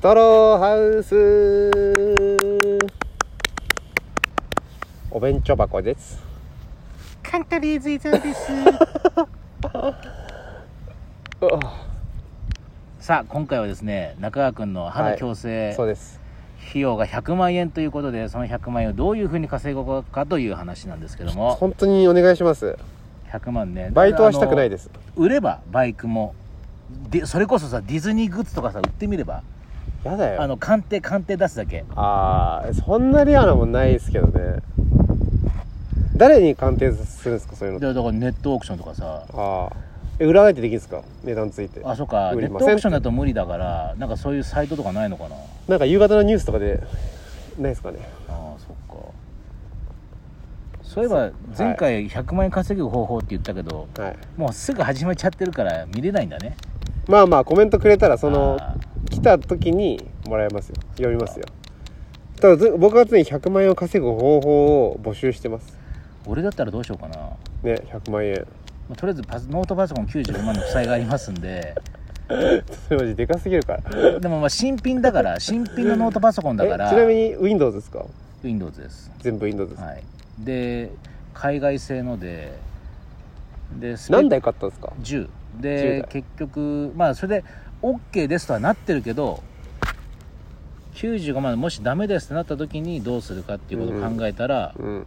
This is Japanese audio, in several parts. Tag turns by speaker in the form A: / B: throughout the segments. A: トローハウスお弁当箱です
B: カントリーズイザです。 さあ、今回はですね、中川くんの
A: は
B: 肌
A: い
B: 矯正
A: そうです
B: 費用が100万円ということで、その100万円をどういうふうに稼ごうかという話なんですけども、
A: 本当にお願いします
B: 100万ね。。
A: バイトはしたくないですす
B: 売ればバイクも。でそれこそさディズニーグッズとかさ売ってみれば
A: やだよ
B: あの鑑定鑑定出すだけ
A: あーそんなレアなもんないですけどね誰に鑑定するんですかそういう
B: で
A: の
B: だからネットオークションとかさ
A: ああえ売らないってできるんですか値段ついて
B: あそうか
A: 売
B: ネ
A: り
B: ッ
A: ま
B: ト
A: せん
B: オークションだと無理だからなんかそういうサイトとかないのかな
A: なんか夕方のニュースとかでないですかね
B: ああそっかそういえば前回100万円稼ぐ方法って言ったけど、
A: はい
B: もうすぐ始めちゃってるから見れないんだね
A: まあまあコメントくれたらその
B: あ
A: 来た時にもらえますよ読みますよただず僕は常に100万円を稼ぐ方法を募集してます
B: ー俺だったらどうしようかな、ま
A: ね100万円
B: あとりあえずパソノートパソコン95万の負債がありますんで
A: それマジでかすぎるから
B: でもまあ新品だから新品のノートパソコンだから
A: えちなみに Windows ですか
B: Windows です
A: 全部 Windows です、
B: はいで海外製のででスペッ
A: 何台買ったんですか10
B: 10で
A: だ
B: 結局まあそれで OK ですとはなってるけど95万でもしダメですってなった時にどうするかっていうことを考えたら、
A: うん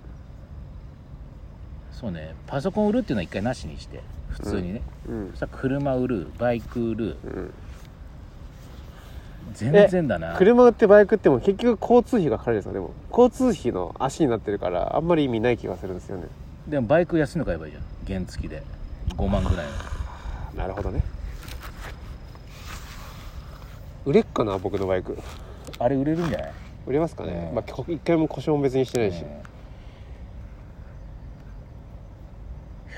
B: そうねパソコン売るっていうのは一回なしにして普通にね、
A: うん
B: そしたら車売るバイク売る
A: うん
B: 全然だな
A: 車売ってバイク売っても結局交通費がかかるんですよでも交通費の足になってるからあんまり意味ない気がするんですよね
B: でもバイク安いの買えばいいじゃん原付きで5万ぐらいの
A: なるほどね売れっかな僕のバイク
B: あれ売れるんじゃない、
A: 売れますかね、
B: うん
A: まあこ一回も故障も別にしてないし、
B: うん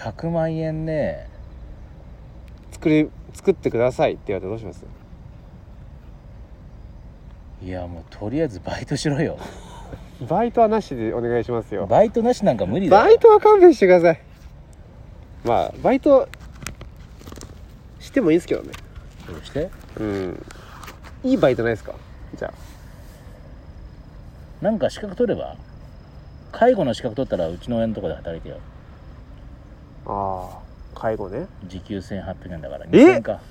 B: 100万円ね
A: 作り作ってくださいって言われてどうします
B: いやもうとりあえずバイトしろよ
A: バイトはなしでお願いしますよ
B: バイトなしなんか無理だよ
A: バイトは勘弁してくださいまあバイトしてもいいですけどね
B: どうして
A: うんいいバイトないですかじゃ
B: なんか資格取れば介護の資格取ったらうちの親のとこで働いてよ
A: あああ介護ね
B: 時給1800円だから
A: え
B: 2000円か、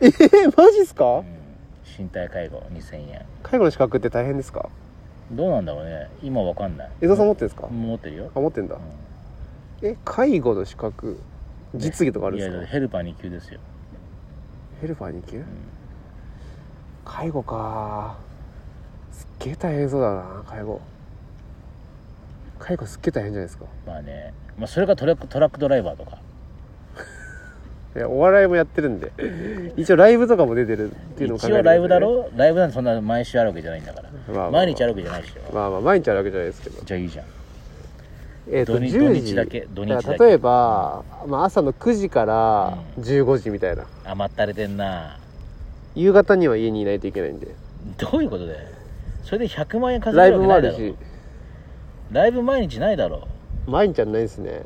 A: えー、マジっすか、
B: うん、身体介護2000円
A: 介護の資格って大変ですか
B: どうなんだろうね今わかんない
A: 江戸さん持ってるんですか、
B: 持ってるよ
A: あ、持ってんだ
B: うん
A: え介護の資格実技とかあるんです
B: い
A: か、
B: やいやヘルパー2級ですよ、
A: ヘルパー2級、
B: うん
A: 介護かすっげえ大変そうだな介護介護すっげえ大変じゃないですか
B: まあね、まあ、それかトラックトラックドライバーとか
A: いやお笑いもやってるん で一応ライブとかも出てるっていうのを考えると
B: 一
A: ね
B: 応ライブだろライブなんてそんな毎週あるわけじゃないんだから、
A: まあまあ
B: 毎日あるわけじゃないでしょ、
A: まあまあ毎日あるわけじゃないですけど
B: じゃあいいじゃん
A: えっ、
B: 土
A: と
B: 日
A: 10時
B: 土日だけ土日だけ
A: だから例えば、まあ、朝の9時から
B: うん
A: 15時みたいな
B: 甘ったれてんな
A: 夕方には家にいないといけないんで
B: どういうことだよそれで100万円稼
A: ラ
B: げ
A: イ
B: る
A: ブ
B: わ
A: も
B: け
A: あ
B: ないだ
A: る
B: ろ
A: し
B: ライブ毎日ないだろ
A: 毎日はないですね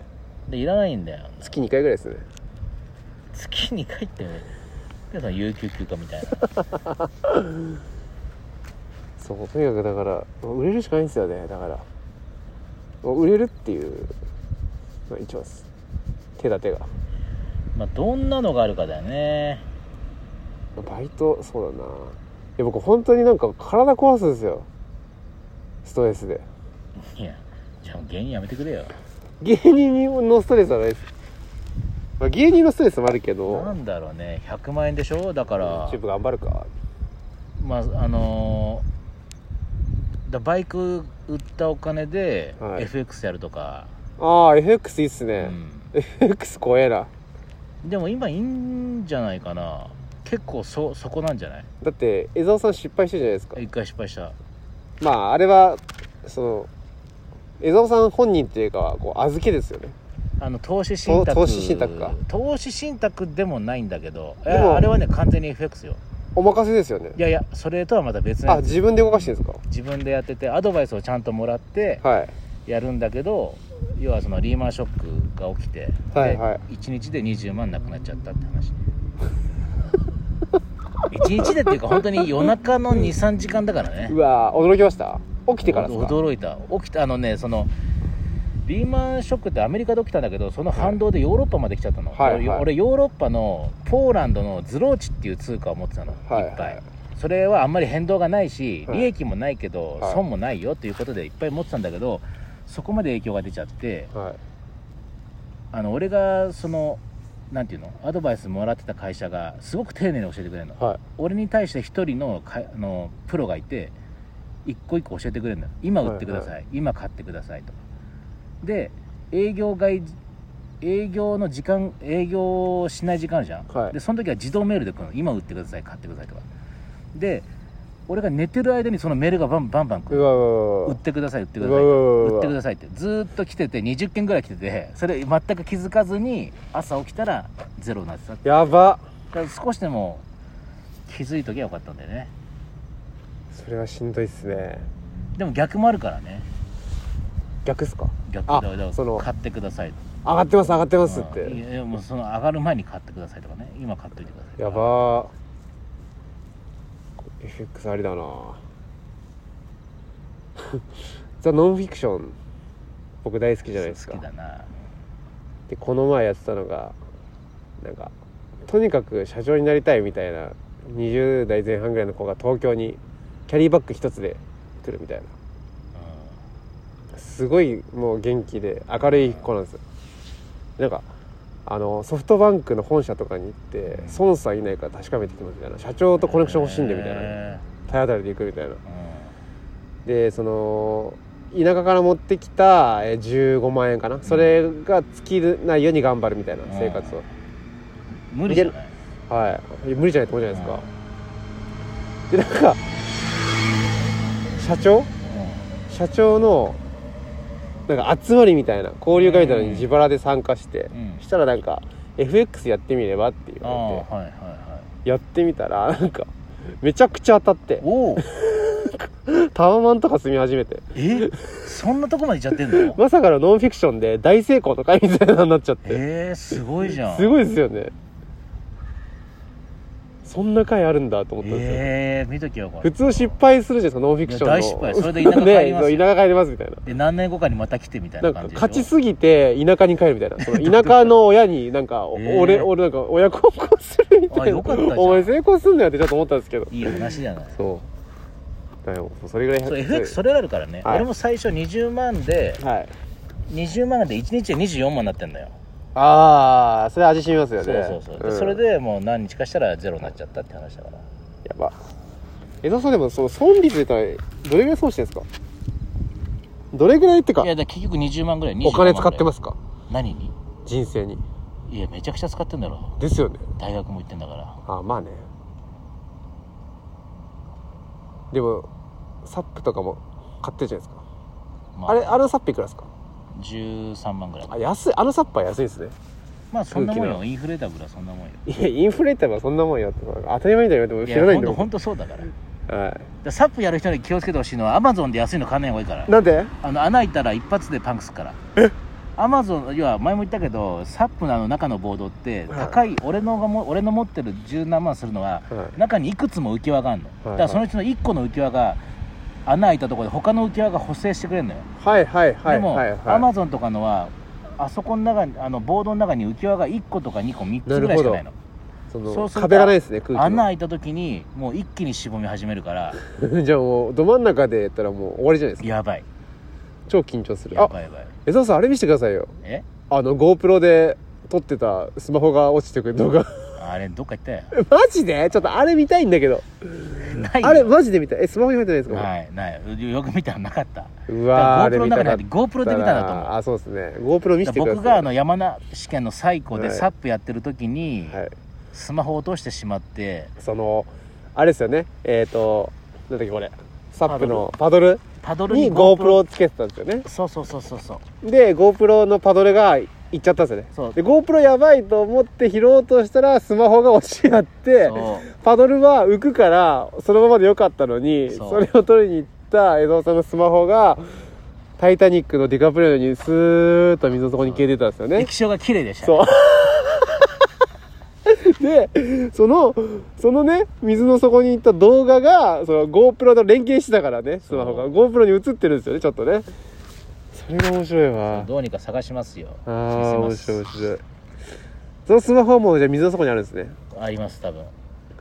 B: でいらないんだよ
A: 月2回ぐらいですね
B: 月に帰ってねでその有給休暇みたいな
A: そうとにかくだから売れるしかないんですよねだから売れるっていうのが一番です手立てが
B: まあどんなのがあるかだよね
A: バイトそうだないや僕本当になんか体壊すんですよストレスで
B: いやじゃあもう芸人やめてくれよ
A: 芸人のストレスはないです、まあ、芸人のストレスもあるけ
B: な
A: ど
B: んだろうね100万円でしょだから
A: YouTube 頑張るか
B: まああのーだバイク売ったお金で
A: はい
B: FX やるとか、
A: ああ FX いいっす
B: う
A: ね、
B: ん、
A: FX 怖えな
B: でも今いいんじゃないかな結構そそこなんじゃない
A: だって江澤さん失敗してるじゃないですか
B: 一回失敗した
A: まああれはその江澤さん本人っていうかこう預けですよね
B: あの投資信託
A: 投投資信託か
B: 投資信託でもないんだけどい
A: でも
B: やあれはね完全に FX よ
A: お任せですよね
B: いやいやそれとはまた別の
A: あ
B: やつ
A: 自分で動かしてるんです
B: 自分でやっててアドバイスをちゃんともらって
A: かはい
B: やるんだけど要はそのリーマンショックが起きて、
A: はいはい
B: で1日で20万なくなっちゃったって話1日でっていうか本当に夜中の23時間だからね
A: うわー驚きました起きてからですか
B: 驚いた起きたあのねそのリーマンショックってアメリカで起きたんだけどその反動でヨーロッパまで来ちゃったの、
A: はい
B: 俺
A: はい
B: 俺ヨーロッパのポーランドのズローチっていう通貨を持ってたの、
A: はいい
B: っぱいそれはあんまり変動がないし
A: はい
B: 利益もないけど、
A: はい
B: 損もないよということでいっぱい持ってたんだけどそこまで影響が出ちゃって
A: はい
B: あの俺がそのなんていうのアドバイスもらってた会社がすごく丁寧に教えてくれるの
A: はい
B: 俺に対して一人のかあのプロがいて一個一個教えてくれるんだ今売ってください、
A: は
B: 今買ってくださいとで営業外営業の時間営業しない時間あるじゃん、
A: はい
B: でその時は自動メールで来るの今売ってください買ってくださいとかで俺が寝てる間にそのメールがバンバンバン来
A: う
B: る
A: わうわう
B: 売
A: わ
B: ってください売ってくだ
A: う
B: さ
A: わ
B: いう
A: わう
B: 売
A: わ
B: ってくださいってずーっと来てて20件ぐらい来ててそれ全く気づかずに朝起きたらゼロになってた
A: やば
B: だから少しでも気づいときゃよかったんだよね
A: それはしんどいっすね
B: でも逆もあるからね
A: 逆っすか
B: 逆
A: あ
B: だから
A: その
B: 買ってください
A: 上がってます上がってますっ
B: うん
A: て
B: いやいやもうその上がる前に買ってくださいとかね今買っといてください
A: やばー FX ありだな ザ・ノンフィクション僕大好きじゃないですか
B: 好きだな
A: でこの前やってたのがなんかとにかく社長になりたいみたいな20代前半ぐらいの子が東京にキャリーバッグ一つで来るみたいなすごいもう元気で明るい子なんですよなんかあのソフトバンクの本社とかに行って孫さんいないか確かめてきますみたいな社長とコネクション欲しいんでみたいな
B: へ
A: 体当たりで行くみたいな
B: ー
A: でその田舎から持ってきたえー15万円かなそれが尽きないように頑張るみたいな生活を
B: うん無理じゃない
A: はい無理じゃないと思うじゃないですかでなんか社長社長のなんか集まりみたいな交流会みたいなのに自腹で参加して、
B: うん
A: したらなんか FX やってみればって言
B: ああ
A: わ
B: はいはいは
A: れてやってみたらなんかめちゃくちゃ当たって
B: いおお
A: タワマンとか住み始めて
B: えそんなとこまで行っちゃってん の
A: まさかのノンフィクションで大成功とかみたいなのになっちゃって
B: えー、すごいじゃん
A: すごいですよねそんな回あるんだと思ったんですよ、
B: ええー、見ときゃよかった
A: 普通失敗するじゃんそのノンフィクションの
B: いや大失敗それで田舎帰り
A: ねそ
B: ますよ
A: う田舎帰りますみたいな
B: で何年後かにまた来てみたい
A: な
B: なん
A: か
B: 感じでしょ
A: 勝ちすぎて田舎に帰るみたいなその田舎の親になんかお
B: えー
A: 俺俺なんか親孝行するみたいな
B: あよかったじゃん
A: お前成功すんなよってちょっと思ったんですけど
B: いい話じゃない
A: そうだよそれぐらい
B: そう FX そ
A: れ
B: れあるからね、
A: はい
B: 俺も最初20万で
A: はい
B: 20万で1日で24万になってんだよ、
A: ああそれ味しみますよ
B: そ
A: ね
B: うそうそう、で
A: ん
B: それでもう何日かしたらゼロになっちゃったって話だから
A: やば江戸さんでもその損率で言ったらどれぐらい損してるんですかどれぐらいってか
B: いやだから結局20万ぐらい
A: お金使ってますすか
B: 何に
A: 人生に
B: いやめちゃくちゃ使ってんだろ
A: ですよね
B: 大学も行ってんだから
A: あまあねでもサップとかも買ってるじゃないですか、
B: ま
A: あ、れあのサップいくらですか
B: 13万ぐらい
A: あ安いあのサップは安いですね
B: まあそんなもん
A: 空気
B: よインフレータブルはそんなもんよ
A: いやインフレーターはそんなもんよって当たり前だよでも知らないんだ
B: やほんとほ
A: よ
B: んとそうだからだか
A: は
B: らサップやる人に気をつけてほしいのはアマゾンで安いの買わない方がいいから
A: いなんで
B: あの穴開いたら一発でパンクすっからアマゾン要は前も言ったけどサップのあの中のボードって
A: はい
B: 高い、俺のがも俺の持ってる十何万するのは、
A: は
B: 中にいくつも浮き輪があるの、
A: はい
B: だからそのうちの1個の浮き輪が穴開いたところで他の浮き輪が補正してくれるのよ、
A: はいはいはい
B: でも、
A: はい
B: ア
A: は
B: マゾンとかのはあそこの中にあのボードの中に浮き輪が1個とか2個3つぐらいしかないの
A: いそ
B: そ
A: の
B: うすると
A: 壁がないですね空気
B: 穴
A: の
B: 開いた時にもう一気にしぼみ始めるから
A: じゃあもうど真ん中でやったらもう終わりじゃないですか
B: やばい
A: 超緊張する
B: や
A: あ
B: ばいやばい
A: 江澤さんあれ見せてくださいよ
B: え
A: あの GoPro で撮ってたスマホが落ちてくる動画
B: あれどっか行ったよ
A: マジでちょっとあれ見たいんだけど
B: ないよ
A: あれマジで見たいえスマホに入ってないですか、
B: ないないよく見たらなかった
A: うわーあ
B: だ
A: れ
B: から GoPro
A: 見
B: の中
A: た
B: に
A: かっ
B: あって
A: た
B: GoPro で見たんだと思う
A: あそうですね GoPro 見せてください
B: 僕があの山梨県の西湖で
A: はい
B: サップやってる時に
A: はい
B: スマホを落としてしまって
A: そのあれですよねえっ、ー、となんだっけこれサップのパドル
B: パドルに
A: に GoPro をつけてたんですよね
B: そうそうそうそうそう
A: で GoPro のパドルが行っちゃったんですよね
B: そう
A: で GoPro やばいと思って拾おうとしたらスマホが落ちちゃって
B: そう
A: パドルは浮くからそのままでよかったのに
B: そう
A: それを取りに行った江戸さんのスマホが「タイタニック」のディカプレオにスーッと水の底に消えてたんですよね
B: 液晶が綺麗でした
A: そう でそのそのね水の底に行った動画がその GoPro と連携してたからねスマホが
B: そう
A: GoPro に映ってるんですよねちょっとねそれが面白いわ
B: どうにか探しますよ
A: あ
B: 見
A: あ
B: せ
A: 面
B: ます
A: 白い面白いそのスマホはもうじゃあ水の底にあるんですね
B: あります多分
A: っ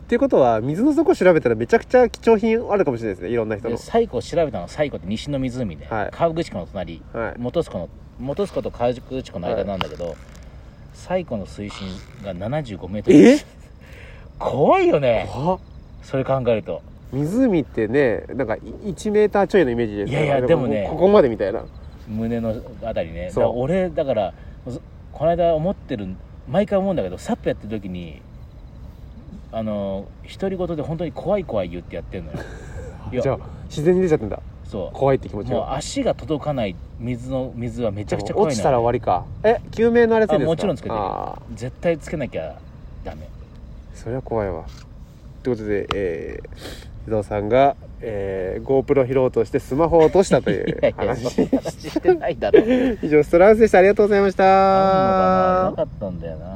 A: ていうことは水の底調べたらめちゃくちゃ貴重品あるかもしれないですねいろんな人
B: で
A: の
B: 西湖調べたの西湖って西の湖で、
A: はい
B: 河口湖の隣
A: はい
B: 本栖湖の本栖湖と河口湖の間なんだけど、西湖の水深が7 5メートルです怖いよね
A: 怖っ
B: それ考えると
A: 湖ってねなんかい1メーターちょいのイメージですから
B: いやいやでもね
A: こここまでみたいな
B: 胸のあたりねだ
A: そう
B: から俺だからずこの間思ってる毎回思うんだけどサップやってる時にあの独り言で本当に怖い怖い言ってやってるのよいや
A: じゃあ自然に出ちゃってんだ
B: そ
A: 怖いって気持
B: う
A: ち
B: もう
A: が
B: 足が届かない水の水はめちゃくちゃ怖
A: 落
B: い
A: ち
B: の
A: たら
B: よ
A: 終わりかえ救命のあれついてるんですか
B: あもちろんつけてる
A: あ
B: 絶対つけなきゃダメ
A: ーそれは怖いわということで、えー、伊沢さんが、えー、GoPro 拾おうとしてスマホを落としたとい
B: いや
A: う
B: いや
A: 話
B: そんな話してないだろあんの
A: 以上ストラウスでしたありがとうございました
B: かななかったんだよな